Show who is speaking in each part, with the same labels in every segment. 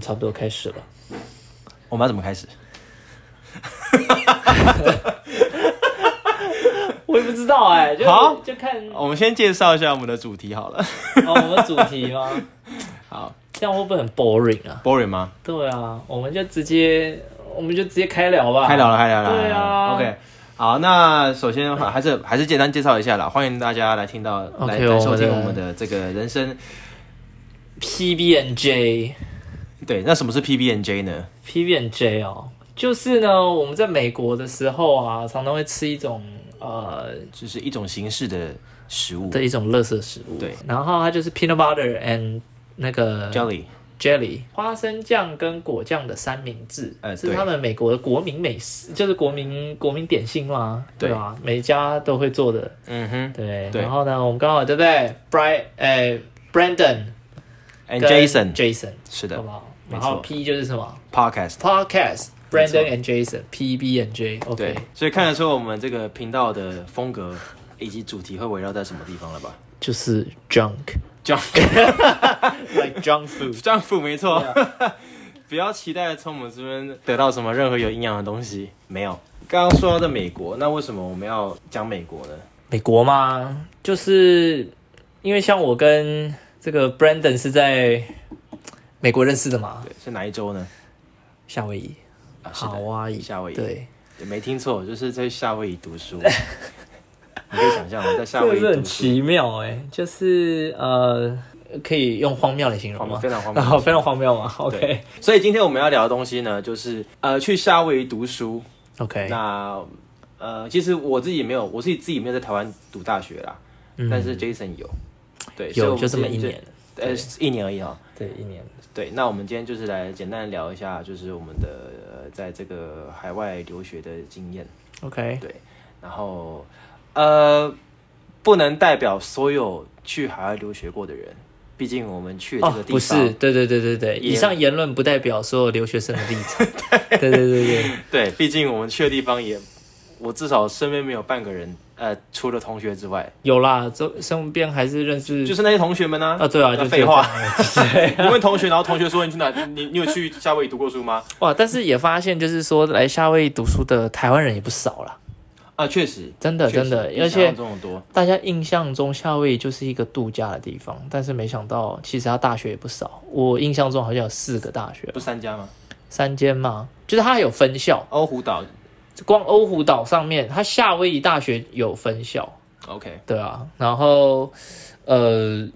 Speaker 1: 差不多开始了。
Speaker 2: 我们要怎么开始？
Speaker 1: 我也不知道哎、就
Speaker 2: 好
Speaker 1: 就看
Speaker 2: 我们先介绍一下我们的主题好 了。
Speaker 1: 哦，我们主题吗？
Speaker 2: 好
Speaker 1: 这样会不会很 boring 啊？
Speaker 2: ，boring 吗？
Speaker 1: 对啊，我们就直接我们就直接开聊吧。
Speaker 2: 开聊了，开聊了。
Speaker 1: 对啊
Speaker 2: o k 好，那首先还是还是简单介绍一下啦，欢迎大家来听到
Speaker 1: OK，
Speaker 2: 来来收听
Speaker 1: 我们的
Speaker 2: 我们的这个人生。
Speaker 1: PB n J
Speaker 2: 对，那什么是 PB n J 呢？
Speaker 1: PB n J 哦，就是呢，我们在美国的时候啊，常常会吃一种呃
Speaker 2: 就是一种形式的食物
Speaker 1: 的一种垃圾食物，
Speaker 2: 对，
Speaker 1: 然后它就是 peanut butter and 那个
Speaker 2: ，jelly。
Speaker 1: jelly 花生酱跟果酱的三明治，
Speaker 2: 呃
Speaker 1: 是
Speaker 2: 对
Speaker 1: 他们美国的国民美食，就是国民国民点心嘛，
Speaker 2: 对
Speaker 1: 吧、每家都会做的，
Speaker 2: 嗯哼
Speaker 1: 对。
Speaker 2: 对
Speaker 1: 然后呢，我们刚好对不对？Brian，哎、b r a n d o n
Speaker 2: ，and Jason
Speaker 1: Jason，哦
Speaker 2: 是
Speaker 1: 好
Speaker 2: 的
Speaker 1: 不好？
Speaker 2: 没
Speaker 1: 然
Speaker 2: 错
Speaker 1: 后 P 就是什么
Speaker 2: ，podcast。没错
Speaker 1: ？Podcast，Brandon and Jason，PB and J，OK，、
Speaker 2: 对，所以看得出我们这个频道的风格以及主题会围绕在什么地方了吧
Speaker 1: 就是 junk，like
Speaker 2: ？Junk
Speaker 1: junk food。
Speaker 2: junk food 没错， 不要期待从我们这边啊得到什么任何有营养的东西，没有。刚刚说到在美国，那为什么我们要讲美国呢？
Speaker 1: 美国吗？就是因为像我跟这个 Brandon 是在美国认识的嘛，
Speaker 2: 对，是哪一州呢？
Speaker 1: 夏威夷，
Speaker 2: 啊，是
Speaker 1: 夏
Speaker 2: 的，
Speaker 1: 威夷，
Speaker 2: 夏威夷
Speaker 1: 对，
Speaker 2: 也没听错，就是在夏威夷读书。 你可以想象我在夏
Speaker 1: 这
Speaker 2: 威
Speaker 1: 个
Speaker 2: 夷
Speaker 1: 是
Speaker 2: 读
Speaker 1: 很
Speaker 2: 书，
Speaker 1: 奇妙哎、就是呃，可以用荒谬来形容
Speaker 2: 荒
Speaker 1: 吗
Speaker 2: 谬，？非常荒
Speaker 1: 然后
Speaker 2: 谬。
Speaker 1: 非常荒谬嘛
Speaker 2: 对
Speaker 1: ，OK，
Speaker 2: 所以今天我们要聊的东西呢，就是呃，去夏威夷读书
Speaker 1: OK，
Speaker 2: 那呃，其实我自己没有，我自己自己没有在台湾读大学啦，
Speaker 1: 嗯
Speaker 2: 但是 Jason 有，对，所以
Speaker 1: 有
Speaker 2: 我们
Speaker 1: 就这么一
Speaker 2: 今天
Speaker 1: 年，
Speaker 2: 就，呃，一年而已啊、
Speaker 1: 对，一年，
Speaker 2: 对，那我们今天就是来简单聊一下，就是我们的、呃、在这个海外留学的经验，
Speaker 1: OK，
Speaker 2: 对，然后呃，不能代表所有去海外留学过的人，毕竟我们去这
Speaker 1: 哦
Speaker 2: 个，地
Speaker 1: 不
Speaker 2: 方，
Speaker 1: 是，对对对对对，以
Speaker 2: 也
Speaker 1: 上言论不代表所有留学生的立场， 对对对对，
Speaker 2: 对，毕竟我们去的地方也，我至少身边没有半个人，呃，除了同学之外，
Speaker 1: 有啦，周身边还是认识，
Speaker 2: 就是那些同学们呢、
Speaker 1: 啊，对啊，
Speaker 2: 那
Speaker 1: 就
Speaker 2: 废话
Speaker 1: 就这样而已
Speaker 2: 你问同学，然后同学说你去哪？你你有去夏威夷读过书吗？
Speaker 1: 哇，但是也发现，就是说来夏威夷读书的台湾人也不少啦，
Speaker 2: 啊，确实，
Speaker 1: 真的
Speaker 2: 确
Speaker 1: 真
Speaker 2: 实
Speaker 1: 的，
Speaker 2: 比
Speaker 1: 而
Speaker 2: 想
Speaker 1: 且
Speaker 2: 象中的多。
Speaker 1: 大家印象中夏威夷就是一个度假的地方，但是没想到其实它大学也不少，我印象中好像有四个大学，
Speaker 2: 不是三家吗？
Speaker 1: 三间嘛，就是它有分校，
Speaker 2: 欧胡岛
Speaker 1: 光欧胡岛上面，它夏威夷大学有分校，
Speaker 2: ，OK，
Speaker 1: 对啊，然后呃，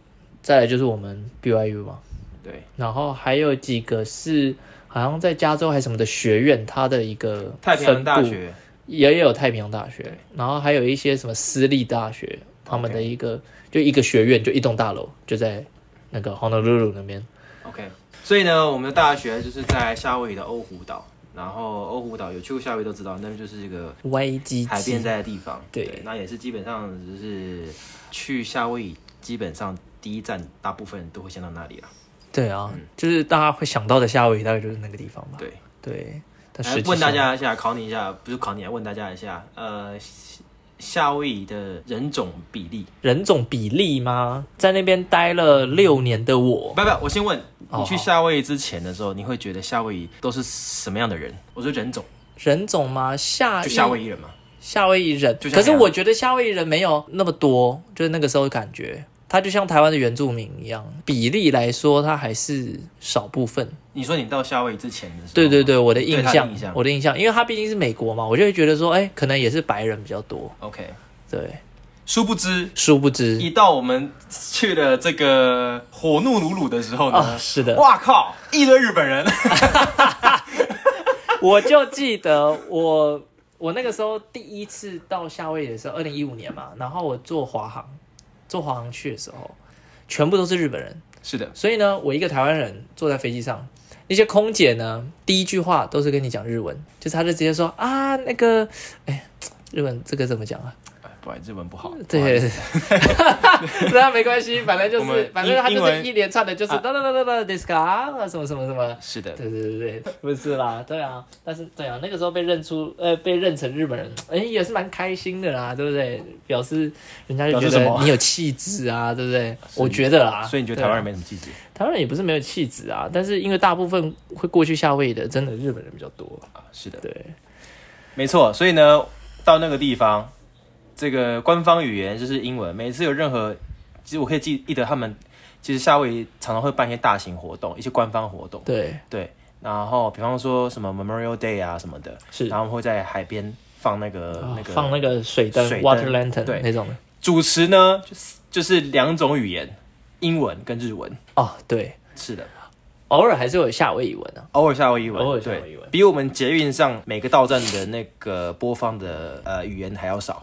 Speaker 1: 再来就是我们 BYU 嘛，
Speaker 2: 对，
Speaker 1: 然后还有几个是好像在加州还是什么的学院，它的一个
Speaker 2: 太平洋大
Speaker 1: 分布
Speaker 2: 学
Speaker 1: 也有太平洋大学，然后还有一些什么私立大学，他们的一个就一个学院，就一栋大楼，就在那个 Honolulu 那边。
Speaker 2: ，OK。所以呢，我们的大学就是在夏威夷的欧胡岛，然后欧胡岛有去过夏威夷都知道，那边就是一个
Speaker 1: 歪基
Speaker 2: 海边在的地方。
Speaker 1: 对
Speaker 2: 那也是基本上就是去夏威夷，基本上第一站大部分都会先到那里了。
Speaker 1: 对啊，就是大家会想到的夏威夷，大概就是那个地方吧。
Speaker 2: 嗯对
Speaker 1: 对，但
Speaker 2: 来
Speaker 1: 实际
Speaker 2: 哎问大
Speaker 1: 上
Speaker 2: 家一下，考你一下，不是考你，问大家一下，呃，夏夏威夷的人种比例。
Speaker 1: 人种比例吗？在那边待了六年的我，
Speaker 2: 不不，我先问
Speaker 1: 哦
Speaker 2: 你去夏威夷之前的时候，你会觉得夏威夷都是什么样的人？我说人种，
Speaker 1: 人种吗？夏
Speaker 2: 就夏
Speaker 1: 夷
Speaker 2: 威夷人嘛。
Speaker 1: 夏威夷人，
Speaker 2: 就像
Speaker 1: 可是
Speaker 2: 台湾
Speaker 1: 我觉得夏威夷人没有那么多，就是那个时候的感觉，他就像台湾的原住民一样，比例来说，他还是少部分。
Speaker 2: 你说你到夏威夷之前的时候，
Speaker 1: 对对对，我的
Speaker 2: 对
Speaker 1: 印
Speaker 2: 他的
Speaker 1: 象，
Speaker 2: 印象
Speaker 1: 我的印象，因为他毕竟是美国嘛，我就会觉得说，哎、可能也是白人比较多。
Speaker 2: ，OK。
Speaker 1: 对，
Speaker 2: 殊不知，
Speaker 1: 殊不知
Speaker 2: 一到我们去了这个火怒鲁鲁的时候
Speaker 1: 啊、
Speaker 2: 呢，
Speaker 1: 是的，
Speaker 2: 哇靠，一堆日本人。
Speaker 1: 我就记得我我那个时候第一次到夏威夷的时候，二零一五年嘛，然后我坐华航，坐华航去的时候，全部都是日本人。
Speaker 2: 是的，
Speaker 1: 所以呢，我一个台湾人坐在飞机上，那些空姐呢，第一句话都 是跟你讲日文，就是她就直接说啊，那个，哎，日文这个怎么讲啊？
Speaker 2: 不好意思，日文不好。不好意
Speaker 1: 对
Speaker 2: 思，，
Speaker 1: 那没关系，反正就
Speaker 2: 我
Speaker 1: 是
Speaker 2: 们，
Speaker 1: 反正他
Speaker 2: 英
Speaker 1: 就
Speaker 2: 英
Speaker 1: 是
Speaker 2: 文
Speaker 1: 一连串的，就是
Speaker 2: 啊
Speaker 1: 哒哒哒哒哒 d i s c a 什么什么什么。
Speaker 2: 是的，
Speaker 1: 对对对 对，不是啦，对啊，但是对啊，那个时候被认出，呃，被认成日本人，哎、也是蛮开心的啦，对不对？表示人家就
Speaker 2: 表
Speaker 1: 觉
Speaker 2: 示什
Speaker 1: 得
Speaker 2: 么
Speaker 1: 你有气质啊，对不对？
Speaker 2: 所以
Speaker 1: 我觉得啦，
Speaker 2: 所以你觉得
Speaker 1: 对
Speaker 2: 台
Speaker 1: 啊
Speaker 2: 湾人没什么气质？
Speaker 1: 台湾人也不是没有气质啊，但是因为大部分会过去夏威夷的，真的日本人比较多。
Speaker 2: 啊是的，
Speaker 1: 对，
Speaker 2: 没错。所以呢，到那个地方，这个官方语言就是英文。每次有任何，其实我可以记记得他们，其实夏威夷常常会办一些大型活动，一些官方活动。
Speaker 1: 对，
Speaker 2: 对，然后比方说什么 Memorial Day 啊什么的，
Speaker 1: 是
Speaker 2: 然后会在海边放那个、
Speaker 1: 啊
Speaker 2: 那个
Speaker 1: 放那个水灯
Speaker 2: 水灯
Speaker 1: （water lantern）
Speaker 2: 对
Speaker 1: 那种的。
Speaker 2: 主持呢，就是就是两种语言，英文跟日文。
Speaker 1: 哦，对，
Speaker 2: 是的，
Speaker 1: 偶尔还是会有夏威夷文啊。
Speaker 2: 偶尔夏威夷文，
Speaker 1: 偶尔夏
Speaker 2: 对
Speaker 1: 威夷文
Speaker 2: 比我们捷运上每个到站的那个播放的呃语言还要少。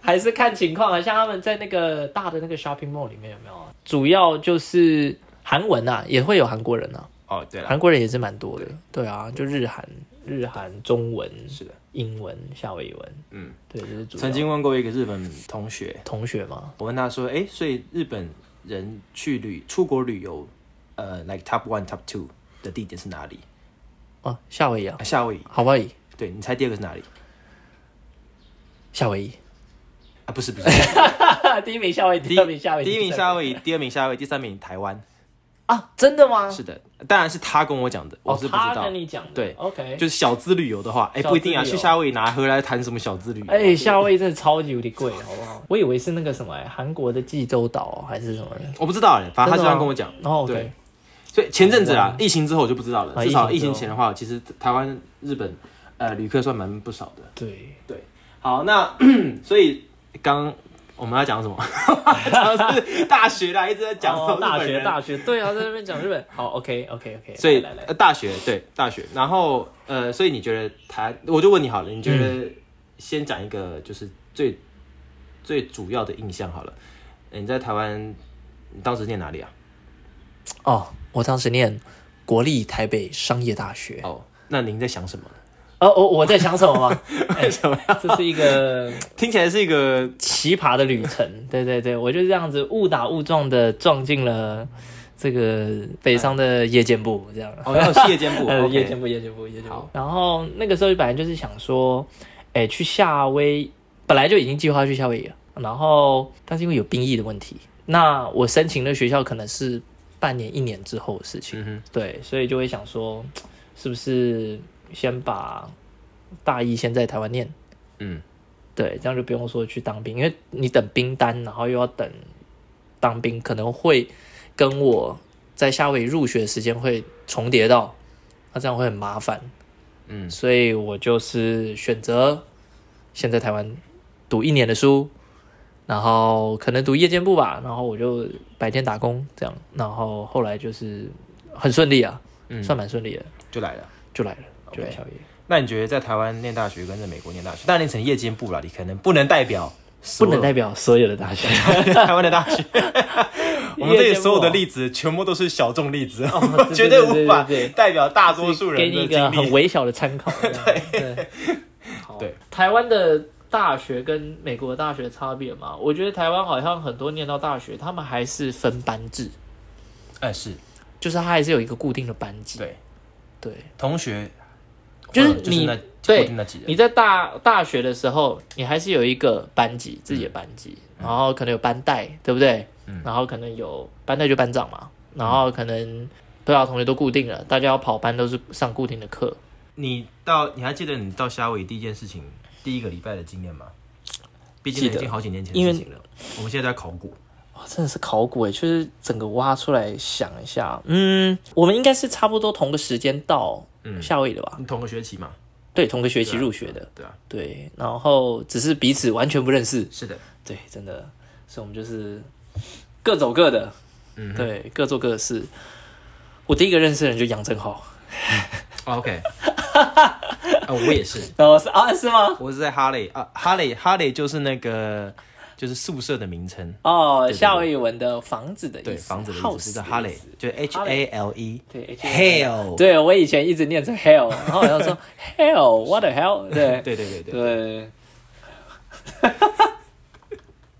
Speaker 1: 还是看情况啊，像他们在那个大的那个 shopping mall 里面有没有啊？主要就是韩文啊，也会有韩国人啊，
Speaker 2: 哦，对了，
Speaker 1: 韩国人也是蛮多的。对啊，就日韩、日韩、中文、
Speaker 2: 是的，
Speaker 1: 英文、夏威夷文，
Speaker 2: 嗯，
Speaker 1: 对，这是主要。
Speaker 2: 曾经问过一个日本同学，
Speaker 1: 同学嘛，
Speaker 2: 我问他说，哎，所以日本人去旅出国旅游，呃，like top one top two 的地点是哪里？
Speaker 1: 哦，夏威夷啊
Speaker 2: 啊，，夏威夷。
Speaker 1: 夏威夷，
Speaker 2: 对你猜第二个是哪里？
Speaker 1: 夏威夷。
Speaker 2: 啊，不是不是，
Speaker 1: 第一名夏威夷，
Speaker 2: 第
Speaker 1: 第二名夏威夷，
Speaker 2: 第一名
Speaker 1: 威夷
Speaker 2: 夏威夷，第二名夏威夷，第三名台湾。
Speaker 1: 啊，真的吗？
Speaker 2: 是的，当然是他跟我讲的，我
Speaker 1: 哦，
Speaker 2: 是不知
Speaker 1: 他
Speaker 2: 道
Speaker 1: 跟。你讲的，
Speaker 2: 对
Speaker 1: ，OK，
Speaker 2: 就是小资旅游的话，哎，
Speaker 1: 小资
Speaker 2: 不一定啊，
Speaker 1: 旅游
Speaker 2: 去夏威夷拿回来谈什么小资旅游啊？
Speaker 1: 哎、夏威夷真的超级无敌贵，好不好？我以为是那个什么、哎，韩国的济州岛哦、还是什么的。
Speaker 2: 我不知道哎，反正他
Speaker 1: 真的吗
Speaker 2: 这样跟我讲。
Speaker 1: 然后
Speaker 2: 对
Speaker 1: 哦 OK，
Speaker 2: 所以前阵子啊，疫情之后我就不知道
Speaker 1: 啊
Speaker 2: 了。至少
Speaker 1: 疫
Speaker 2: 疫
Speaker 1: 情之后
Speaker 2: 情前的话，其实台湾、日本呃旅客算蛮 不少的。
Speaker 1: 对，
Speaker 2: 好，那 所以刚我们要讲什么？ 讲的是大学啦，一直在讲
Speaker 1: 哦大
Speaker 2: 日本
Speaker 1: 学
Speaker 2: 人
Speaker 1: 大学，对啊，在那边讲日本， 好 OK OK OK，
Speaker 2: 所以
Speaker 1: 来来来，
Speaker 2: 呃大学对大学，然后呃，所以你觉得台，我就问你好了，你觉得先讲一个就是最、最主要的印象好了。呃你在台湾，你当时念哪里啊？
Speaker 1: 哦，我当时念国立台北商业大学，
Speaker 2: 哦，那您在想什么呢？
Speaker 1: 哦，我我在想什么吗？ 哎
Speaker 2: 为什么要？
Speaker 1: 这是一个
Speaker 2: 听起来是一个
Speaker 1: 奇葩的旅程，对对对，我就这样子误打误撞的撞进了这个北商的夜间部，这样。
Speaker 2: 哦，要有夜间 部，
Speaker 1: 呃，
Speaker 2: OK
Speaker 1: 夜间部，夜间部，夜间部
Speaker 2: 好。
Speaker 1: 然后那个时候本来就是想说，哎、去夏威，本来就已经计划去夏威夷了，然后但是因为有兵役的问题，那我申请的学校可能是半年、一年之后的事情，
Speaker 2: 嗯哼，
Speaker 1: 对，所以就会想说，是不是先把大一先在台湾念，
Speaker 2: 嗯，
Speaker 1: 对，这样就不用说去当兵，因为你等兵单，然后又要等当兵，可能会跟我在夏威夷入学的时间会重叠到，那这样会很麻烦。
Speaker 2: 嗯
Speaker 1: 所以我就是选择先在台湾读一年的书，然后可能读夜间部吧，然后我就白天打工这样，然后后来就是很顺利啊，
Speaker 2: 嗯，
Speaker 1: 算蛮顺利的，
Speaker 2: 就来了。
Speaker 1: 就来了，就来
Speaker 2: OK
Speaker 1: 夏威夷。
Speaker 2: 那你觉得在台湾念大学跟在美国念大学，当然你成夜间部了，你可能不能代表所
Speaker 1: 不
Speaker 2: 有
Speaker 1: 能代表所有的大学。
Speaker 2: 台湾的大学。我们这里所有的
Speaker 1: 例
Speaker 2: 例子全部都是小众例子，
Speaker 1: 对
Speaker 2: 绝哦对无法
Speaker 1: 对对对对
Speaker 2: 代表大多数
Speaker 1: 给
Speaker 2: 人
Speaker 1: 你一
Speaker 2: 的
Speaker 1: 个
Speaker 2: 经
Speaker 1: 很
Speaker 2: 历。
Speaker 1: 微小的参 考。对，好
Speaker 2: 对
Speaker 1: 台湾的大学跟美国的大学差别嘛，我觉得台湾好像很多念到大学，他们还是分班制，
Speaker 2: 哎，是
Speaker 1: 就是他还是有一个固定的班级。
Speaker 2: 对
Speaker 1: 对，
Speaker 2: 同学，
Speaker 1: 就是
Speaker 2: 嗯
Speaker 1: 你
Speaker 2: 那
Speaker 1: 对
Speaker 2: 固定那几人，
Speaker 1: 你在大大学的时候，你还是有一个班级，自己的班级，然后可能有班带，对不对？
Speaker 2: 嗯
Speaker 1: 然后可能有班带就班长嘛，然后可能对啊，同学都固定了，大家要跑班都是上固定的课，
Speaker 2: 你到你还记得你到夏威夷第一件事情，第一个礼拜的经验吗？毕竟
Speaker 1: 记
Speaker 2: 已
Speaker 1: 得
Speaker 2: 经好几年前的
Speaker 1: 因为
Speaker 2: 事情了。我们现在在考古，
Speaker 1: 哇，真的是考古诶，就是整个挖出来想一下，嗯，我们应该是差不多同个时间到
Speaker 2: 嗯
Speaker 1: 夏威夷的吧？
Speaker 2: 同个学期嘛，
Speaker 1: 对，同个学期入学的，
Speaker 2: 对啊，
Speaker 1: 对，然后只是彼此完全不认识，
Speaker 2: 是的，
Speaker 1: 对，真的，所以我们就是各走各的，
Speaker 2: 嗯哼
Speaker 1: 对，各做各的事。我第一个认识的人就杨正浩，
Speaker 2: 哦，OK，啊，我也是，哦
Speaker 1: 然后是啊，是吗？
Speaker 2: 我是在哈雷啊，哈雷，哈雷就是那个就是宿舍的名称，
Speaker 1: 哦，
Speaker 2: 对对
Speaker 1: 夏威夷文的房子的意思，
Speaker 2: 对，房子的意
Speaker 1: house
Speaker 2: 思叫
Speaker 1: 的
Speaker 2: Hale，就 H A L E，
Speaker 1: 对
Speaker 2: Hale，
Speaker 1: 对我以前一直念成 hell，然后我想 说 hell，what the hell？对
Speaker 2: 对对对对，
Speaker 1: 对。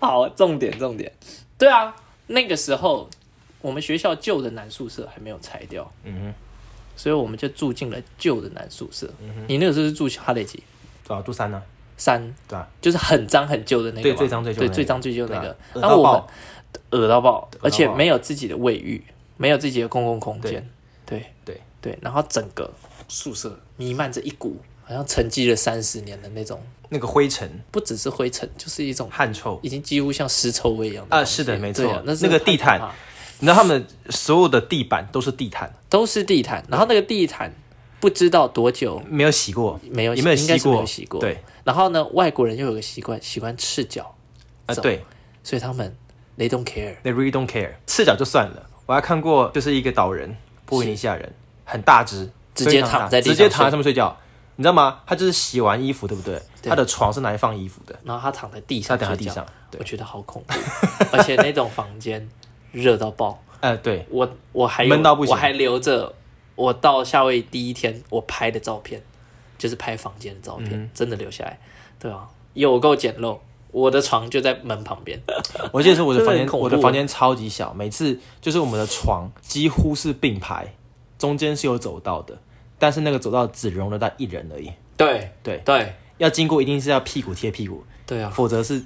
Speaker 1: 好，重点重点，对啊，那个时候我们学校旧的男宿舍还没有拆掉，
Speaker 2: 嗯
Speaker 1: 所以我们就住进了旧的男宿舍。你那个时候是住哈雷吉
Speaker 2: 哼，啊，杜三呢？
Speaker 1: 三，
Speaker 2: 对啊，
Speaker 1: 就是很脏很旧的那个
Speaker 2: 对
Speaker 1: 嘛，
Speaker 2: 最脏最旧
Speaker 1: 对
Speaker 2: 那
Speaker 1: 最
Speaker 2: 个
Speaker 1: 脏最旧那
Speaker 2: 对
Speaker 1: 个
Speaker 2: 啊。恶
Speaker 1: 然
Speaker 2: 到
Speaker 1: 后我们
Speaker 2: 爆
Speaker 1: 恶到爆，
Speaker 2: 到爆
Speaker 1: 而且没有自己的卫浴，没有自己的公共空间，对
Speaker 2: 对
Speaker 1: 对，然后整个宿舍弥漫着一股好像沉积了三十年的那种，
Speaker 2: 那个灰尘、
Speaker 1: 不只是灰尘，就是一种
Speaker 2: 汗臭，
Speaker 1: 已经几乎像尸臭味一样的
Speaker 2: 啊
Speaker 1: 东西
Speaker 2: 是的没错
Speaker 1: 对啊那是
Speaker 2: 那个
Speaker 1: 很
Speaker 2: 地
Speaker 1: 可
Speaker 2: 毯
Speaker 1: 怕
Speaker 2: 你知道他们所有的地板都是地毯，
Speaker 1: 都是地毯，然后那个地毯不知道多久
Speaker 2: 没有洗过，
Speaker 1: 没有
Speaker 2: 也没有
Speaker 1: 应该
Speaker 2: 洗
Speaker 1: 是没
Speaker 2: 过，
Speaker 1: 有洗过，。
Speaker 2: 对，
Speaker 1: 然后呢，外国人又有个习惯，喜欢赤脚，
Speaker 2: 啊
Speaker 1: 走
Speaker 2: 对
Speaker 1: 所以他们 they don't care。
Speaker 2: ，They really don't care，赤脚就算了，我还看过就是一个岛人，波利尼西亚人，很大只，
Speaker 1: 直接
Speaker 2: 非常大
Speaker 1: 躺在地上
Speaker 2: 直接躺在上面睡觉，你知道吗？他就是洗完衣服，对不对？
Speaker 1: 对
Speaker 2: 他的床是拿来放衣服的，
Speaker 1: 然后他躺在地
Speaker 2: 他
Speaker 1: 上
Speaker 2: 躺在
Speaker 1: 睡
Speaker 2: 地
Speaker 1: 觉，
Speaker 2: 上，对
Speaker 1: 我，觉得好恐怖，而且那种房间热到爆，
Speaker 2: 呃对，
Speaker 1: 我我还有
Speaker 2: 闷到不行
Speaker 1: 我还留着我到夏威夷第一天我拍的照片，就是拍房间的照片，
Speaker 2: 嗯
Speaker 1: 真的留下来，对啊，有够简陋，我的床就在门旁边，
Speaker 2: 我记得是我的房
Speaker 1: 真的很
Speaker 2: 间，
Speaker 1: 恐怖
Speaker 2: 我的房间超级小，每次就是我们的床几乎是并排，中间是有走道的，但是那个走道只容得到一人而已，
Speaker 1: 对
Speaker 2: 对
Speaker 1: 对
Speaker 2: 要经过一定是要屁股贴屁股，
Speaker 1: 对啊，
Speaker 2: 否则是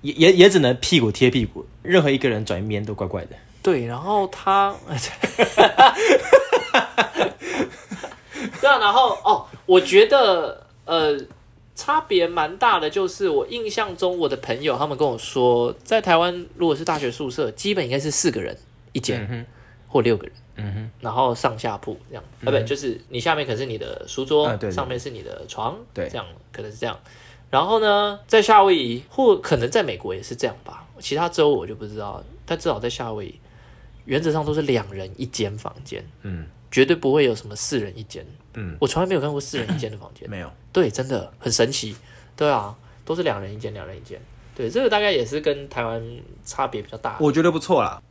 Speaker 2: 也也也只能屁股贴屁股，任何一个人转面都怪怪的。
Speaker 1: 对，然后他， 对啊，然后哦，我觉得呃，差别蛮大的，就是我印象中我的朋友他们跟我说，在台湾如果是大学宿舍，基本应该是四个人一间、
Speaker 2: 嗯哼，
Speaker 1: 或六个人，
Speaker 2: 嗯哼，嗯
Speaker 1: 然后上下铺这样，啊、不就是你下面可能是你的书桌，
Speaker 2: 啊对对对
Speaker 1: 上面是你的床，
Speaker 2: 对
Speaker 1: 这样可能是这样。然后呢，在夏威夷或可能在美国也是这样吧，其他州我就不知道，但至少在夏威夷，原则上都是两人一间房间，
Speaker 2: 嗯
Speaker 1: 绝对不会有什么四人一间。
Speaker 2: 嗯，
Speaker 1: 我从来没有看过四人一间的房间，
Speaker 2: 没有，
Speaker 1: 对，真的很神奇。对啊，都是两人一间，两人一间。对，这个大概也是跟台湾差别比较大。
Speaker 2: 我觉得不错啦。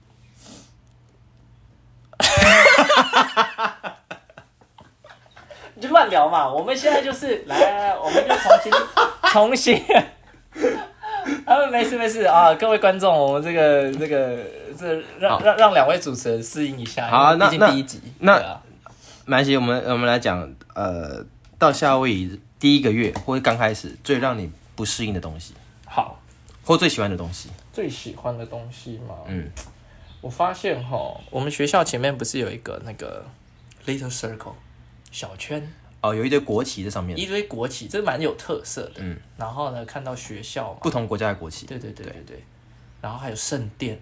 Speaker 1: 你就乱聊嘛。我们现在就是 来来来，我们就重 新重新。 啊，没事没事啊，各位观众，我们这个这个这让
Speaker 2: 好
Speaker 1: 让让两位主持人适应一下，
Speaker 2: 好啊
Speaker 1: 因为毕
Speaker 2: 那
Speaker 1: 竟第一集，
Speaker 2: 那
Speaker 1: 对啊
Speaker 2: 蛮行，我们我们来讲，呃，到夏威夷第一个月或者刚开始最让你不适应的东西，
Speaker 1: 好，
Speaker 2: 或最喜欢的东西。
Speaker 1: 最喜欢的东西嘛，
Speaker 2: 嗯，
Speaker 1: 我发现哈，我们学校前面不是有一个那个 little circle 小圈，
Speaker 2: 哦，有一堆国旗在上面
Speaker 1: 一，堆国旗，这蛮有特色的。
Speaker 2: 嗯，
Speaker 1: 然后呢，看到学校嘛，
Speaker 2: 不同国家的国旗。
Speaker 1: 对对对对对，然后还有圣殿，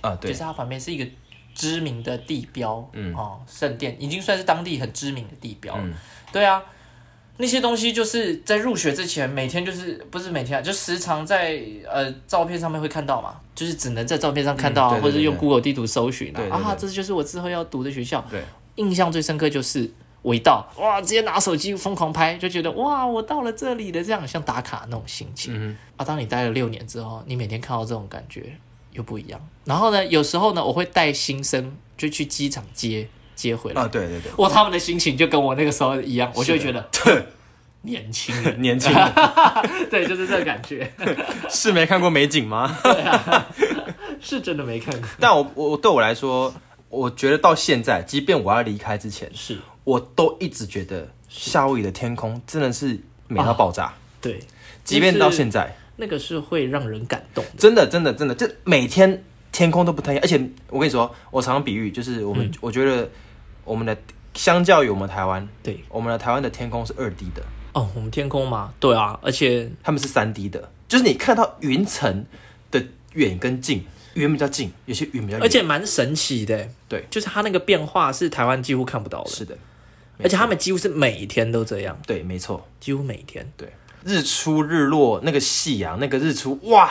Speaker 2: 啊，
Speaker 1: 就
Speaker 2: 对
Speaker 1: 是，它旁边是一个知名的地标，
Speaker 2: 嗯
Speaker 1: 哦，圣殿已经算是当地很知名的地标了。
Speaker 2: 嗯
Speaker 1: 对啊，那些东西就是在入学之前，每天就是不是每天啊，就时常在呃照片上面会看到嘛，就是只能在照片上看到、啊
Speaker 2: 嗯对对
Speaker 1: 或者用
Speaker 2: 对
Speaker 1: Google 地图搜寻啊
Speaker 2: 对对对
Speaker 1: 啊，这就是我之后要读的学校。
Speaker 2: 对，
Speaker 1: 印象最深刻就是我一到哇，直接拿手机疯狂拍，就觉得哇，我到了这里了，这样像打卡那种心情。
Speaker 2: 嗯
Speaker 1: 啊，当你待了六年之后，你每天看到这种感觉又不一样。然后呢，有时候呢，我会带新生就去机场接接回
Speaker 2: 哼，
Speaker 1: 来，
Speaker 2: 啊，对对对
Speaker 1: 哇，他们的心情就跟我那个时候一样，我就会觉得
Speaker 2: 对，
Speaker 1: 年轻人，
Speaker 2: 年 轻人
Speaker 1: 对，就是这个感觉，
Speaker 2: 是没看过美景吗？
Speaker 1: 是真的没看过，
Speaker 2: 但我我对我来说，我觉得到现在，即便我要离开之前，
Speaker 1: 是
Speaker 2: 我都一直觉得夏威夷的天空真的是美到爆炸。
Speaker 1: 对，
Speaker 2: 即便到现在，
Speaker 1: 那个是会让人感动的，
Speaker 2: 真的真的真的，就每天天空都不太一样。而且我跟你说，我常常比喻，就是我们、我觉得我们的相较于我们台湾，
Speaker 1: 对，
Speaker 2: 我们的台湾的天空是二 D 的，
Speaker 1: 哦，我们天空嘛，对啊，而且
Speaker 2: 他们是三 D 的，就是你看到云层的远跟近，云比较近，有些云比较远，
Speaker 1: 而且蛮神奇的，欸
Speaker 2: 对
Speaker 1: 就是它那个变化是台湾几乎看不到的，
Speaker 2: 是的，
Speaker 1: 而且他们几乎是每天都这样，
Speaker 2: 对，没错，
Speaker 1: 几乎每天。
Speaker 2: 对，日出日落那个夕阳，那个日出，哇，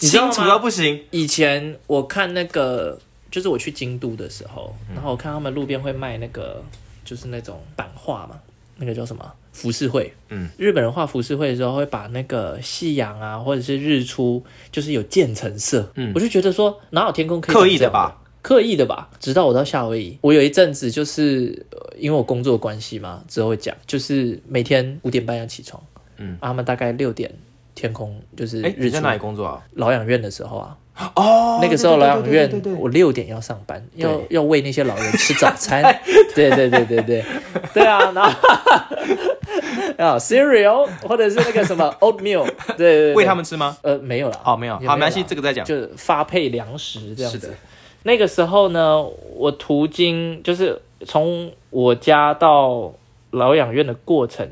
Speaker 1: 你知道
Speaker 2: 清
Speaker 1: 吗
Speaker 2: 楚到不行，
Speaker 1: 以前我看那个，就是
Speaker 2: 嗯
Speaker 1: 我去京都的时候，然后我看他们路边会卖那个，就是那种版画嘛，那个叫什么浮世绘。
Speaker 2: 嗯，
Speaker 1: 日本人画浮世绘的时候，会把那个夕阳啊，或者是日出，就是有渐层色。
Speaker 2: 嗯
Speaker 1: 我就觉得说，哪有天空可以
Speaker 2: 刻
Speaker 1: 长这
Speaker 2: 意的
Speaker 1: 样
Speaker 2: 吧？
Speaker 1: 刻意的吧。直到我到夏威夷，我有一阵子就是、呃因为我工作关系嘛，之后会讲，就是每天五点半要起床，
Speaker 2: 嗯，
Speaker 1: 啊、他们大概六点天空就是
Speaker 2: 哎、
Speaker 1: 日
Speaker 2: 你在
Speaker 1: 出。
Speaker 2: 哪里工作啊？
Speaker 1: 老养院的时候啊，
Speaker 2: 哦
Speaker 1: 那个时候
Speaker 2: 对
Speaker 1: 疗养
Speaker 2: 对对对对
Speaker 1: 院，
Speaker 2: 对
Speaker 1: 我六点要上班，
Speaker 2: 对
Speaker 1: 要要喂那些老人吃早 餐。对对对对对，对啊，然后 啊 cereal 或者是那个什么 oatmeal，对对对，
Speaker 2: 喂他们吃吗？
Speaker 1: 呃没有了，
Speaker 2: 哦，没有，
Speaker 1: 也
Speaker 2: 好，没关系，
Speaker 1: 啦
Speaker 2: 这个再讲。
Speaker 1: 就发配粮食这样
Speaker 2: 是
Speaker 1: 子
Speaker 2: 的。
Speaker 1: 那个时候呢，我途经就是从我家到疗养院的过程，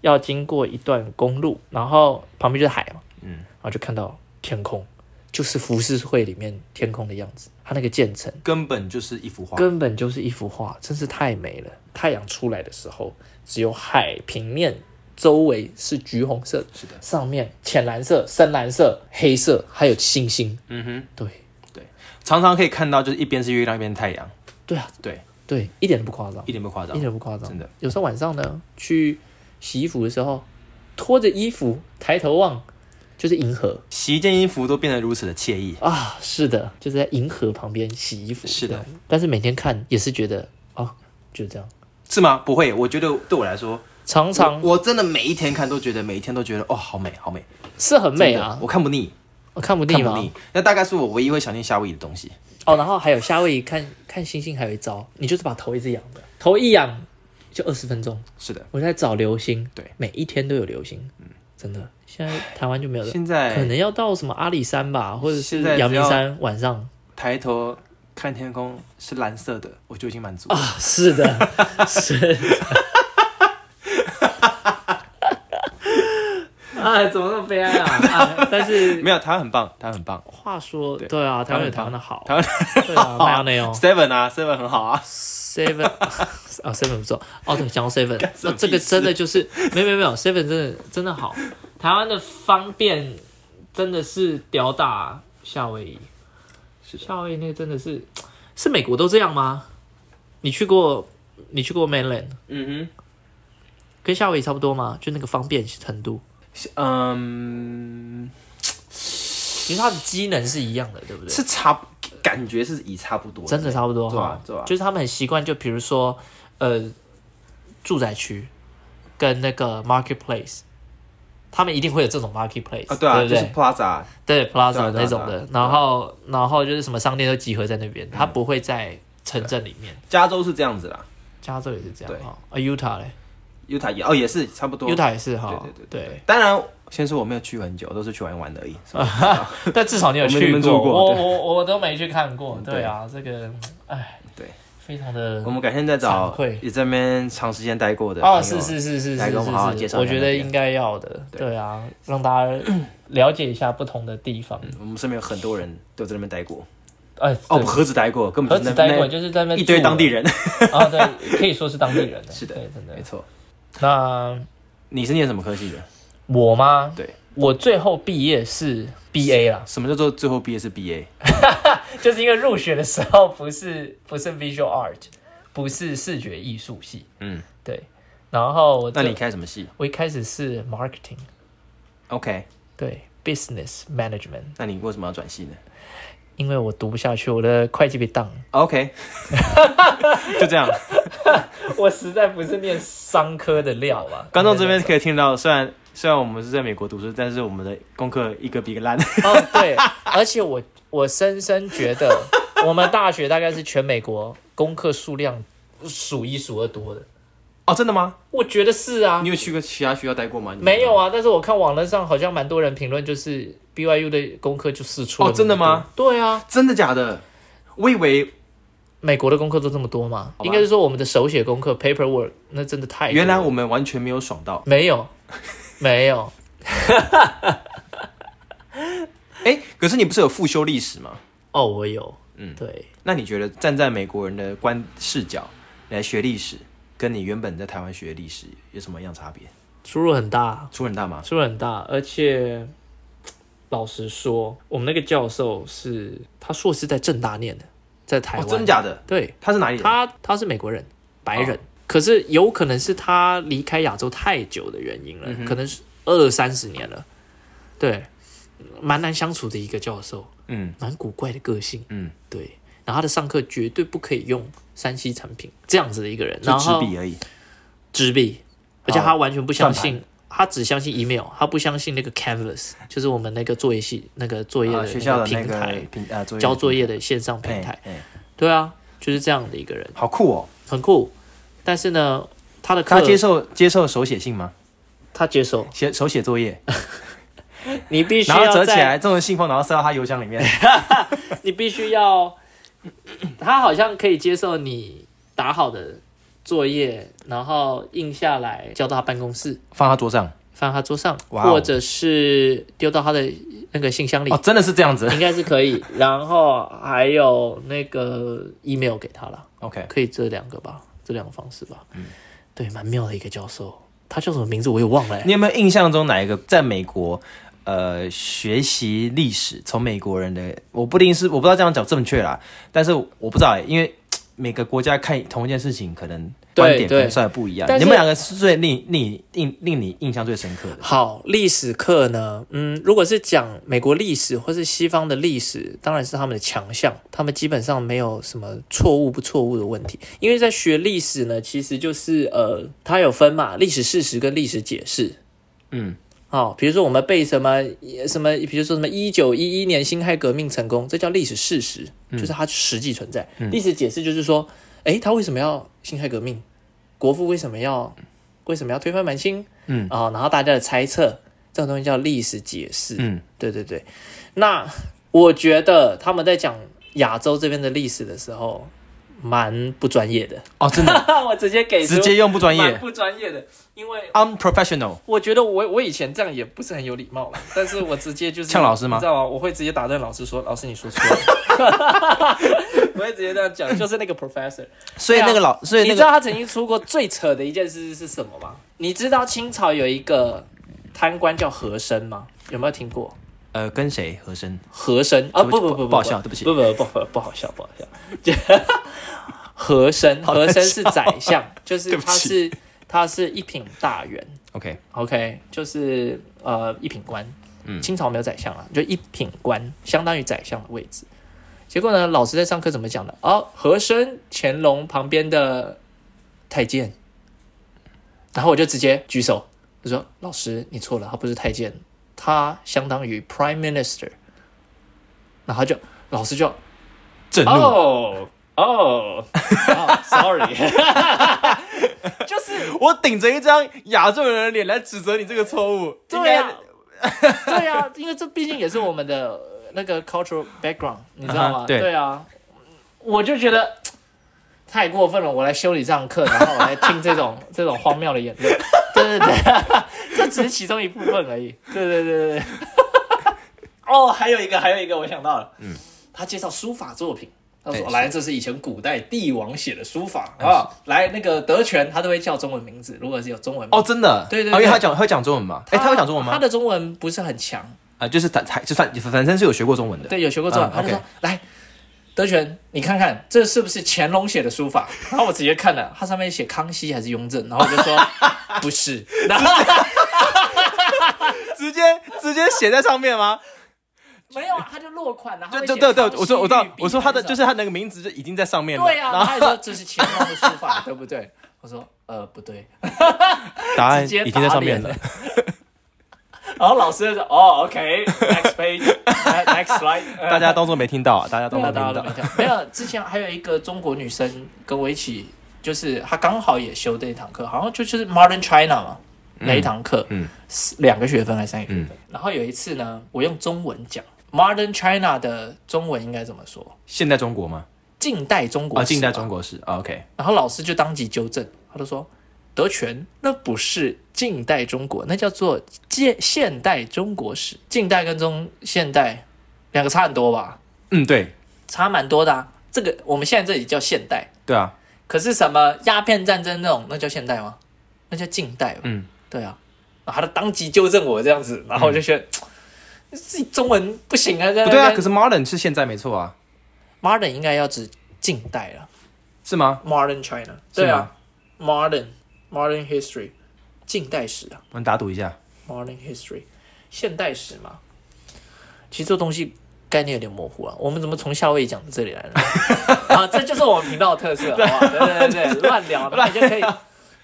Speaker 1: 要经过一段公路，然后旁边就是海嘛，
Speaker 2: 嗯，
Speaker 1: 然后就看到天空，就是浮世绘里面天空的样子，它那个渐层
Speaker 2: 根本就是一幅画，
Speaker 1: 根本就是一幅画，真是太美了。太阳出来的时候，只有海平面周围是橘红色，
Speaker 2: 是的
Speaker 1: 上面浅蓝色、深蓝色、黑色，还有星星。
Speaker 2: 嗯哼，
Speaker 1: 对，
Speaker 2: 常常可以看到，就是一边是月亮，一边是太阳，
Speaker 1: 对啊，
Speaker 2: 对，
Speaker 1: 对，一点都不夸张，
Speaker 2: 一点不夸张
Speaker 1: 一，点都不夸张，
Speaker 2: 真的。
Speaker 1: 有时候晚上呢，去洗衣服的时候，脱着衣服抬头望，就是银河
Speaker 2: 洗一件衣服都变得如此的惬意。
Speaker 1: 啊，是的，就是在银河旁边洗衣服。
Speaker 2: 是
Speaker 1: 这
Speaker 2: 的
Speaker 1: 样，但是每天看也是觉得啊，就这样。
Speaker 2: 是吗？不会，我觉得对我来说，
Speaker 1: 常常
Speaker 2: 我我真的每一天看都觉得，每一天都觉得哦，好美，好美，
Speaker 1: 是很美
Speaker 2: 真
Speaker 1: 啊
Speaker 2: 的，我看不腻，
Speaker 1: 我看不
Speaker 2: 看
Speaker 1: 腻
Speaker 2: 不
Speaker 1: 吗？
Speaker 2: 腻。那大概是我唯一会想念夏威夷的东西。
Speaker 1: 哦，然后还有夏威夷看看星星，还有一招，你就是把头一直仰着，头一仰就二十分钟。
Speaker 2: 是的，
Speaker 1: 我在找流星，
Speaker 2: 对，嗯
Speaker 1: 每一天都有流星，真的。现在台湾就没有了，
Speaker 2: 现
Speaker 1: 可
Speaker 2: 在
Speaker 1: 能要到什么阿里山吧，或者是
Speaker 2: 哎现在只要
Speaker 1: 阳明山晚上
Speaker 2: 抬头看天空是蓝色的，我就已经满足了。
Speaker 1: 啊，是的，是 的。啊，怎么那么悲哀啊！啊但是
Speaker 2: 没有，台湾很棒，台湾很棒。
Speaker 1: 话说，
Speaker 2: 对
Speaker 1: 对啊，台湾有台
Speaker 2: 台湾
Speaker 1: 湾的好，
Speaker 2: 台湾
Speaker 1: 对啊，没有那种
Speaker 2: Seven 啊，Seven 很好啊。
Speaker 1: Seven 啊，Seven 不错 哦，对，讲到 Seven，
Speaker 2: 什么
Speaker 1: 这个
Speaker 2: 意思
Speaker 1: 真的就是没有没有没有 Seven 真的真的好，台湾的方便真的是吊打夏威夷，
Speaker 2: 是的
Speaker 1: 夏威夷那个真的是是美国都这样吗？你去过你去过 Mainland
Speaker 2: 嗯
Speaker 1: 跟夏威夷差不多吗？就那个方便程度，
Speaker 2: 哼，嗯，
Speaker 1: 其实它的机能是一样的，对不对？
Speaker 2: 是差不，感觉是以差不多。
Speaker 1: 真的差不多
Speaker 2: 对
Speaker 1: 哈
Speaker 2: 啊，对啊
Speaker 1: 就是他们很习惯，就比如说呃住宅区跟那个 marketplace，他们一定会有这种 marketplace
Speaker 2: 啊，对啊，
Speaker 1: 不
Speaker 2: 就是
Speaker 1: 对？
Speaker 2: Plaza，
Speaker 1: 对
Speaker 2: 对啊
Speaker 1: plaza
Speaker 2: 对啊
Speaker 1: 那种的，然后然后就是什么商店都集合在那边，它不会在城镇里面。
Speaker 2: 加州是这样子啦
Speaker 1: 加州也是这样
Speaker 2: 对
Speaker 1: 哈，啊 Utah 嘞
Speaker 2: ，Utah 也哦也是差不多。
Speaker 1: ，Utah 也是哈
Speaker 2: 对，对
Speaker 1: 对
Speaker 2: 当然，先说我没有去很久，都是去玩玩而已。所以
Speaker 1: 但至少你有
Speaker 2: 我们
Speaker 1: 去
Speaker 2: 你们住过
Speaker 1: 我
Speaker 2: 对
Speaker 1: 我我都没去看过，
Speaker 2: 对
Speaker 1: 对啊，这个哎，
Speaker 2: 对，
Speaker 1: 非常的
Speaker 2: 我们改天再
Speaker 1: 惭
Speaker 2: 找
Speaker 1: 愧
Speaker 2: 你这边长时间待过的朋
Speaker 1: 哦，
Speaker 2: 友
Speaker 1: 是是是是是
Speaker 2: 来跟我们好好介
Speaker 1: 是是，
Speaker 2: 绍一
Speaker 1: 我
Speaker 2: 下
Speaker 1: 觉
Speaker 2: 那
Speaker 1: 得
Speaker 2: 边
Speaker 1: 应该要的，
Speaker 2: 对
Speaker 1: 对啊，让大家了解一下不同的地方。
Speaker 2: 我们身边有很多人都在那边待过，
Speaker 1: 哎，
Speaker 2: 哦，
Speaker 1: 对
Speaker 2: 不何止待过，根
Speaker 1: 何
Speaker 2: 本
Speaker 1: 止
Speaker 2: 就
Speaker 1: 待过，
Speaker 2: 那
Speaker 1: 就是在那边
Speaker 2: 一堆
Speaker 1: 住
Speaker 2: 当地
Speaker 1: 了
Speaker 2: 人。
Speaker 1: 啊，对，可以说是当地人了，
Speaker 2: 是的
Speaker 1: 对，真的
Speaker 2: 没。错，
Speaker 1: 那
Speaker 2: 你是念什么科系的？
Speaker 1: 我吗？
Speaker 2: 对，
Speaker 1: 我最后毕业是 BA 啦，
Speaker 2: 什么叫做最后毕业是 BA？
Speaker 1: 就是因为入学的时候不是不是 Visual Art，不是视觉艺术系，
Speaker 2: 嗯，
Speaker 1: 对。然后我
Speaker 2: 那
Speaker 1: 就
Speaker 2: 你开什么系
Speaker 1: 我一开始是 Marketing，
Speaker 2: ？OK，
Speaker 1: 对，Business Management，
Speaker 2: 那你为什么要转系呢
Speaker 1: 因为我读不下去，我的会计被当。
Speaker 2: ？OK，就这样。
Speaker 1: 我实在不是念商科的料啊吧？
Speaker 2: 观众这边可以听到，虽然虽然我们是在美国读书，但是我们的功课一个比一个烂。
Speaker 1: 哦，对，而且我我深深觉得，我们大学大概是全美国功课数量数一数二多的。
Speaker 2: 哦，真的吗？
Speaker 1: 我觉得是啊
Speaker 2: 你，有去过其他学校待过吗？你
Speaker 1: 没有啊，但是我看网络上好像蛮多人评论，就是 BYU 的功课就四出了
Speaker 2: 哦真的吗
Speaker 1: 那么多？对啊，
Speaker 2: 真的假的？我以为
Speaker 1: 美国的功课都这么多嘛，
Speaker 2: 吧
Speaker 1: 应该是说我们的手写功课 paperwork 那真的太多了
Speaker 2: 原来我们完全没有爽到。
Speaker 1: 没有没有，
Speaker 2: 哎，可是你不是有复修历史吗？
Speaker 1: 哦，我有，
Speaker 2: 嗯
Speaker 1: 对，
Speaker 2: 那你觉得站在美国人的观视角来学历史，跟你原本在台湾学的历史有什么样差别？
Speaker 1: 出入很大。
Speaker 2: 出入很大吗？
Speaker 1: 出入很大，而且老实说，我们那个教授是他硕士在正大念的，在台
Speaker 2: 哦，
Speaker 1: 湾、
Speaker 2: 真的假的？
Speaker 1: 对，
Speaker 2: 他是哪里人？
Speaker 1: 他他是美国人，白人，可是有可能是他离开亚洲太久的原因了，
Speaker 3: 嗯哼
Speaker 1: 可能是二三十年了，对，蛮难相处的一个教授，
Speaker 3: 嗯
Speaker 1: 蛮古怪的个性，
Speaker 3: 嗯，
Speaker 1: 对。然后他的上课绝对不可以用山西产品这样子的一个人，
Speaker 2: 就
Speaker 1: 然
Speaker 2: 纸
Speaker 1: 后
Speaker 2: 笔而已。
Speaker 1: 纸笔，而且他完全不相
Speaker 2: 啊算
Speaker 1: 信，他只相信 email，他不相信那个 Canvas，就是我们那个作业系那个作业
Speaker 2: 啊，
Speaker 1: 的
Speaker 2: 学
Speaker 1: 那
Speaker 2: 校
Speaker 1: 个
Speaker 2: 的那
Speaker 1: 平台，
Speaker 2: 个平啊，作业
Speaker 1: 交作业的线上平
Speaker 2: 哎
Speaker 1: 台。
Speaker 2: 哎，
Speaker 1: 对啊，就是这样的一个人，
Speaker 2: 好酷哦！
Speaker 1: 很酷。但是呢，他的课
Speaker 2: 他接受接受手写信吗？
Speaker 1: 他接 受，
Speaker 2: 写手写作业，
Speaker 1: 你必须
Speaker 2: 然后
Speaker 1: 要
Speaker 2: 折起
Speaker 1: 在哎
Speaker 2: 来，这种信封，然后塞到他邮箱里面。
Speaker 1: 你必须要，他好像可以接受你打好的作业，然后印下来交到他办公室，
Speaker 2: 放他桌上
Speaker 1: 放他桌上，
Speaker 2: 哇哦
Speaker 1: 或者是丢到他的那个信箱里
Speaker 2: 哦，，真的是这样 子。
Speaker 1: 应该是可以。然后还有那个 email 给他了，
Speaker 2: OK，
Speaker 1: 可以这两个吧，这两个方式吧。嗯，对，蛮妙的一个教授，他叫什么名字我也忘了、欸。
Speaker 2: 你有没有印象中哪一个在美国呃学习历史，从美国人的我不一定是我不知道这样讲正确啦，但是我不知道、欸，因为嘖每个国家看同一件事情可能观
Speaker 1: 对
Speaker 2: 点
Speaker 1: 对
Speaker 2: 可能算不一样。
Speaker 1: 但
Speaker 2: 你
Speaker 1: 是
Speaker 2: 们两个是最令令令令你印象最深刻的？
Speaker 1: 好，历史课呢，嗯，如果是讲美国历史或是西方的历史，当然是他们的强项，他们基本上没有什么错误不错误的问题。因为在学历史呢，其实就是呃，它有分嘛，历史事实跟历史解释。
Speaker 2: 嗯，
Speaker 1: 哦，比如说我们背什么什么，比如说什么一九一一年辛亥革命成功，这叫历史事实，
Speaker 2: 嗯
Speaker 1: 就是它实际存在。历史解释就是说，诶，他为什么要辛亥革命？国父为什么要为什么要推翻满清？
Speaker 2: 嗯
Speaker 1: 啊、然后大家的猜测，这种东西叫历史解释。
Speaker 2: 嗯，
Speaker 1: 对对对。那我觉得他们在讲亚洲这边的历史的时候，蛮不专业 的。
Speaker 2: 哦，真的
Speaker 1: 我直接给出
Speaker 2: 直接用不专
Speaker 1: 蛮
Speaker 2: 业
Speaker 1: 不专业的，因为
Speaker 2: ，unprofessional。
Speaker 1: 我觉得我我以前这样也不是很有礼貌了，但是我直接就是
Speaker 2: 呛老师吗
Speaker 1: 你知道吗？我会直接打断老师 说：“老师，你说错了。”我会直接这样讲，就是那个 professor。
Speaker 2: 所以那个老，所以
Speaker 1: 你
Speaker 2: 那
Speaker 1: 知
Speaker 2: 个
Speaker 1: 道他曾经出过最扯的一件事是什么吗？你知道清朝有一个贪官叫和珅吗？有没有听过
Speaker 2: 呃，跟谁和珅？
Speaker 1: 和珅？啊，
Speaker 2: 对不
Speaker 1: 不
Speaker 2: 起
Speaker 1: 不
Speaker 2: 不
Speaker 1: 不
Speaker 2: 不好笑对不起
Speaker 1: 不不不不不好笑，不好笑。 和珅，
Speaker 2: 好难
Speaker 1: 和珅是宰相，就是
Speaker 2: 对不
Speaker 1: 他
Speaker 2: 起
Speaker 1: 是他是一品大员。
Speaker 2: OK，
Speaker 1: OK，就是呃一品官，清朝没有宰相啊，就一品官，相当于宰相的位置。结果呢，老师在上课怎么讲的？哦，和珅、乾隆旁边的太监，然后我就直接举手，我说：“老师，你错了，他不是太监，他相当于 Prime Minister。”然后他就老师就
Speaker 2: 震怒。
Speaker 1: 哦哦哦，sorry，就是
Speaker 2: 我顶着一张亚洲人的脸来指责你这个错误，应
Speaker 1: 对
Speaker 2: 该
Speaker 1: 呀、对呀、因为这毕竟也是我们的呃那个 cultural background，你知道
Speaker 2: 啊
Speaker 1: 吗
Speaker 2: 哈？对
Speaker 1: 啊，我就觉得太过分了，我来修理这堂课，然后我来听这种这种荒谬的言论，对对对，这只是其中一部分而已，对对对对对。哦，还有一个，还有一个，我想到了，嗯，他介绍书法作品。他说
Speaker 2: 对：“
Speaker 1: 来，这是以前古代帝王写的书法啊。来，那个德全，他都会叫中文名字。如果是有中文名字
Speaker 2: 哦，真的，
Speaker 1: 对对
Speaker 2: 哦因为
Speaker 1: 对啊
Speaker 2: 他讲他会讲中文嘛，哎，他会讲中文
Speaker 1: 他
Speaker 2: 吗？
Speaker 1: 的中文不是很强，
Speaker 2: 啊，就是他他就算反正是有学过中文的，
Speaker 1: 对，有学过中文。
Speaker 2: 嗯
Speaker 1: 他就说
Speaker 2: OK：“
Speaker 1: 来，德全，你看看这是不是乾隆写的书法？”然后我直接看了，他上面写康熙还是雍正，然后我就说不是。 然后
Speaker 2: 直接直接写在上面吗？
Speaker 1: 没有啊，他就落款，然后
Speaker 2: 就
Speaker 1: 会
Speaker 2: 就
Speaker 1: 写
Speaker 2: 对对，
Speaker 1: 康熙
Speaker 2: 我说我知道
Speaker 1: 御笔，
Speaker 2: 我说他的
Speaker 1: 那
Speaker 2: 就
Speaker 1: 种
Speaker 2: 是他那个名字就已经在上面了，
Speaker 1: 对啊呀、
Speaker 2: 然
Speaker 1: 然
Speaker 2: 后
Speaker 1: 后他也说这是乾隆的书法，对不对？我说呃不对，
Speaker 2: 答案
Speaker 1: 直接
Speaker 2: 已经在上面了
Speaker 1: 打。 然后老师就说哦 OK，next page，next slide，呃
Speaker 2: 大家当做没听到啊，大家当
Speaker 1: 对
Speaker 2: 做
Speaker 1: 啊，
Speaker 2: 没
Speaker 1: 大家
Speaker 2: 听
Speaker 1: 都没
Speaker 2: 到。
Speaker 1: 跳。没有，之前还有一个中国女生跟我一起，就是她刚好也修这一堂课，好像就就是 Modern China 嘛，那一堂课，
Speaker 2: 嗯
Speaker 1: 四，两个学分还是三个学分。然后有一次呢，我用中文讲 Modern China 的中文应该怎么说？
Speaker 2: 现代中国吗？
Speaker 1: 近代中国
Speaker 2: 啊，
Speaker 1: 史
Speaker 2: 近代
Speaker 1: 吧
Speaker 2: 中国是啊，OK，
Speaker 1: 然后老师就当即纠正，他就说：“德全，那不是近代中国，那叫做现现代中国史。近代跟中现代两个差很多吧？
Speaker 2: 嗯，对
Speaker 1: 差蛮多的、啊。这个我们现在这里叫现代，
Speaker 2: 对啊，
Speaker 1: 可是什么鸦片战争那种，那叫现代吗？那叫近代吧。
Speaker 2: 嗯，
Speaker 1: 对啊。然后他就当即纠正我这样子，然后我就觉得、自己中文不行啊。
Speaker 2: 嗯不对啊，可是 modern 是现在没错啊，
Speaker 1: modern 应该要指近代了
Speaker 2: 是吗？
Speaker 1: ，modern China。
Speaker 2: 是吗
Speaker 1: 对啊， modern modern history 近代史啊
Speaker 2: 我们打赌一下，
Speaker 1: modern history 现代史嘛，其实这东西概念有点模糊啊。我们怎么从夏威夷讲到这里来了？ 啊，这就是我们频道的特色，好不好？对对对，乱聊，然后你就可以。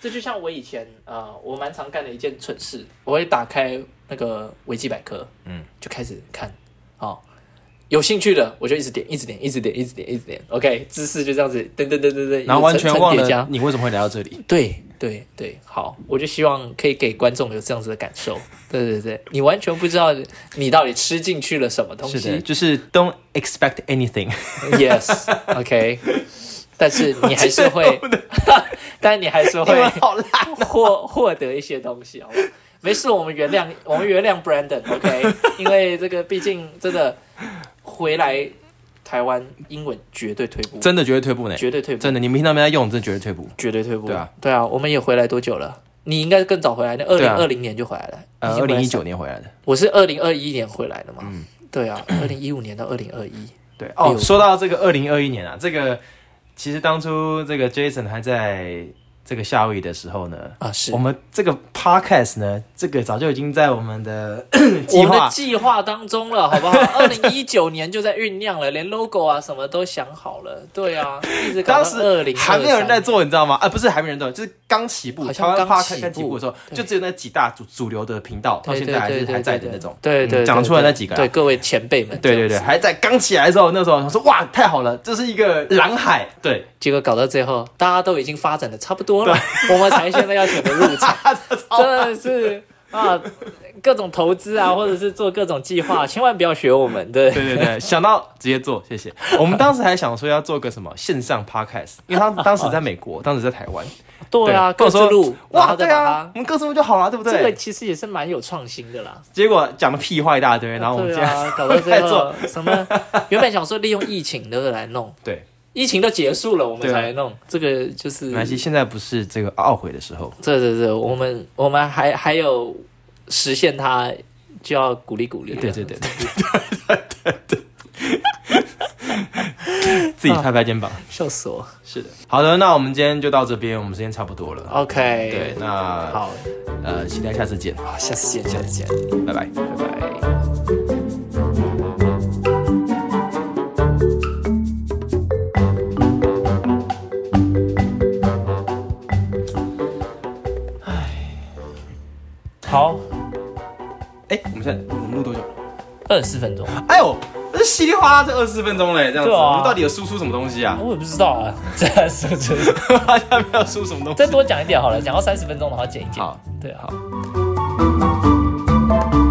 Speaker 1: 这就像我以前啊、呃我蛮常干的一件蠢事，我会打开那个维基百科，
Speaker 2: 嗯，
Speaker 1: 就开始看，哦，有兴趣的我就一直点，一直点，一直点，一直点，一直点，OK，知识就这样子，噔噔噔噔噔，
Speaker 2: 然后完全
Speaker 1: 层层
Speaker 2: 忘
Speaker 1: 叠加
Speaker 2: 了你为什么会来到这里。
Speaker 1: 对对对，好，我就希望可以给观众有这样子的感受。 对对对，你完全不知道你到底吃进去了什么东
Speaker 2: 是的，
Speaker 1: 西。
Speaker 2: 就是 don't expect anything。
Speaker 1: Yes，OK，、但是你还是会， 但你还是
Speaker 2: 你
Speaker 1: 会
Speaker 2: 们好烂，
Speaker 1: 获获得一些东西，好不好？没事，我们原谅我们原谅 Brandon，OK，、因 为这个毕竟真的回来台湾英文绝对退步，
Speaker 2: 真的绝对退步呢，
Speaker 1: 绝对退步，
Speaker 2: 真的，你们平常没在用，真的绝对退步。
Speaker 1: 绝对退步。
Speaker 2: 对啊，
Speaker 1: 对啊，我们也回来多久了？你应该更早回来的，二
Speaker 2: 对
Speaker 1: 零
Speaker 2: 啊
Speaker 1: 二零年就回来了。
Speaker 2: 呃
Speaker 1: 已，经
Speaker 2: 二
Speaker 1: 回来
Speaker 2: 零一
Speaker 1: 三
Speaker 2: 九年嗯回来的。
Speaker 1: 我是二零二一年回来的嘛，对 啊，二零一五年到二零二一，
Speaker 2: 对哦，
Speaker 1: 六
Speaker 2: 说到这个二零二一年啊，这个其实当初这个 Jason 还在这个夏威夷的时候呢，
Speaker 1: 啊是
Speaker 2: 我们这个 podcast 呢，这个早就已经在我们的
Speaker 1: 我
Speaker 2: 计
Speaker 1: 们的
Speaker 2: 划。
Speaker 1: 计划当中了，好不 好？二零一九年就在酝酿了，连 logo 啊什么都想好了，对啊，一直搞
Speaker 2: 当
Speaker 1: 到
Speaker 2: 时
Speaker 1: 二零
Speaker 2: 还没有人在，做，你知道吗？啊，不是还没有人做，就是刚起步，
Speaker 1: 好
Speaker 2: 台
Speaker 1: 像
Speaker 2: 湾
Speaker 1: 刚
Speaker 2: podcast
Speaker 1: 起
Speaker 2: 刚起步的时候，
Speaker 1: 步
Speaker 2: 就只有那几大主主流的频道，到
Speaker 1: 对
Speaker 2: 现
Speaker 1: 对
Speaker 2: 在还
Speaker 1: 对
Speaker 2: 是
Speaker 1: 对
Speaker 2: 还在
Speaker 1: 对
Speaker 2: 的那
Speaker 1: 对
Speaker 2: 种。
Speaker 1: 对对，
Speaker 2: 嗯讲出来
Speaker 1: 对
Speaker 2: 那几个啊
Speaker 1: 对各位前辈们，
Speaker 2: 对
Speaker 1: 这
Speaker 2: 对对，
Speaker 1: 样子，
Speaker 2: 还在刚起来的时候，那时候我说哇，太好了，这是一个蓝海。对，
Speaker 1: 结果搞到最后，大家都已经发展的差不多了， 我们才现在要选择入 场，真的是啊，各种投资啊，或者是做各种计 划，千万不要学我们，对
Speaker 2: 对对 对，想到直接做，谢谢。我们当时还想说要做个什么线上 podcast，因为他当时在美国，当时在台湾，
Speaker 1: 哦对啊，各
Speaker 2: 我
Speaker 1: 自
Speaker 2: 说
Speaker 1: 录，然
Speaker 2: 哇，
Speaker 1: 后再
Speaker 2: 对
Speaker 1: 把它
Speaker 2: 啊，我们各自录就好了，对不
Speaker 1: 这个
Speaker 2: 对？
Speaker 1: 其实也是蛮有创新的啦。
Speaker 2: 结果讲的屁话一大堆，然后我们这
Speaker 1: 对
Speaker 2: 样
Speaker 1: 啊，搞到最
Speaker 2: 在
Speaker 1: 后
Speaker 2: 做
Speaker 1: 什么，原本想说利用疫情的来弄，
Speaker 2: 对，
Speaker 1: 疫情都结束了，我们
Speaker 2: 对啊
Speaker 1: 才弄。这个就是
Speaker 2: 没，关系，现在不是这个懊悔的时候，
Speaker 1: 这这这，我们我们还还有实现它，就要鼓励鼓励。
Speaker 2: 对对对， 自己拍拍肩膀。
Speaker 1: 笑死我。
Speaker 2: 是的，好的，那我们今天就到这边，我们时间差不多了。
Speaker 1: OK，
Speaker 2: 对，那
Speaker 1: 好，
Speaker 2: 呃，期待下次见，
Speaker 1: 好，下次见，下次见，
Speaker 2: 拜拜。
Speaker 1: 拜拜。好，
Speaker 2: 哎，我们现在我们录多久？
Speaker 1: 二十四分钟，
Speaker 2: 哎呦，这稀里哗啦这二十分钟嘞，这样子，
Speaker 1: 对啊
Speaker 2: 我们到底有输出什么东西啊？
Speaker 1: 我也不知道啊，这是不是？
Speaker 2: 大家没有输什么东西。
Speaker 1: 啊再多讲一点好了，讲到三十分钟的话，剪一剪。
Speaker 2: 好，
Speaker 1: 对啊。
Speaker 2: 好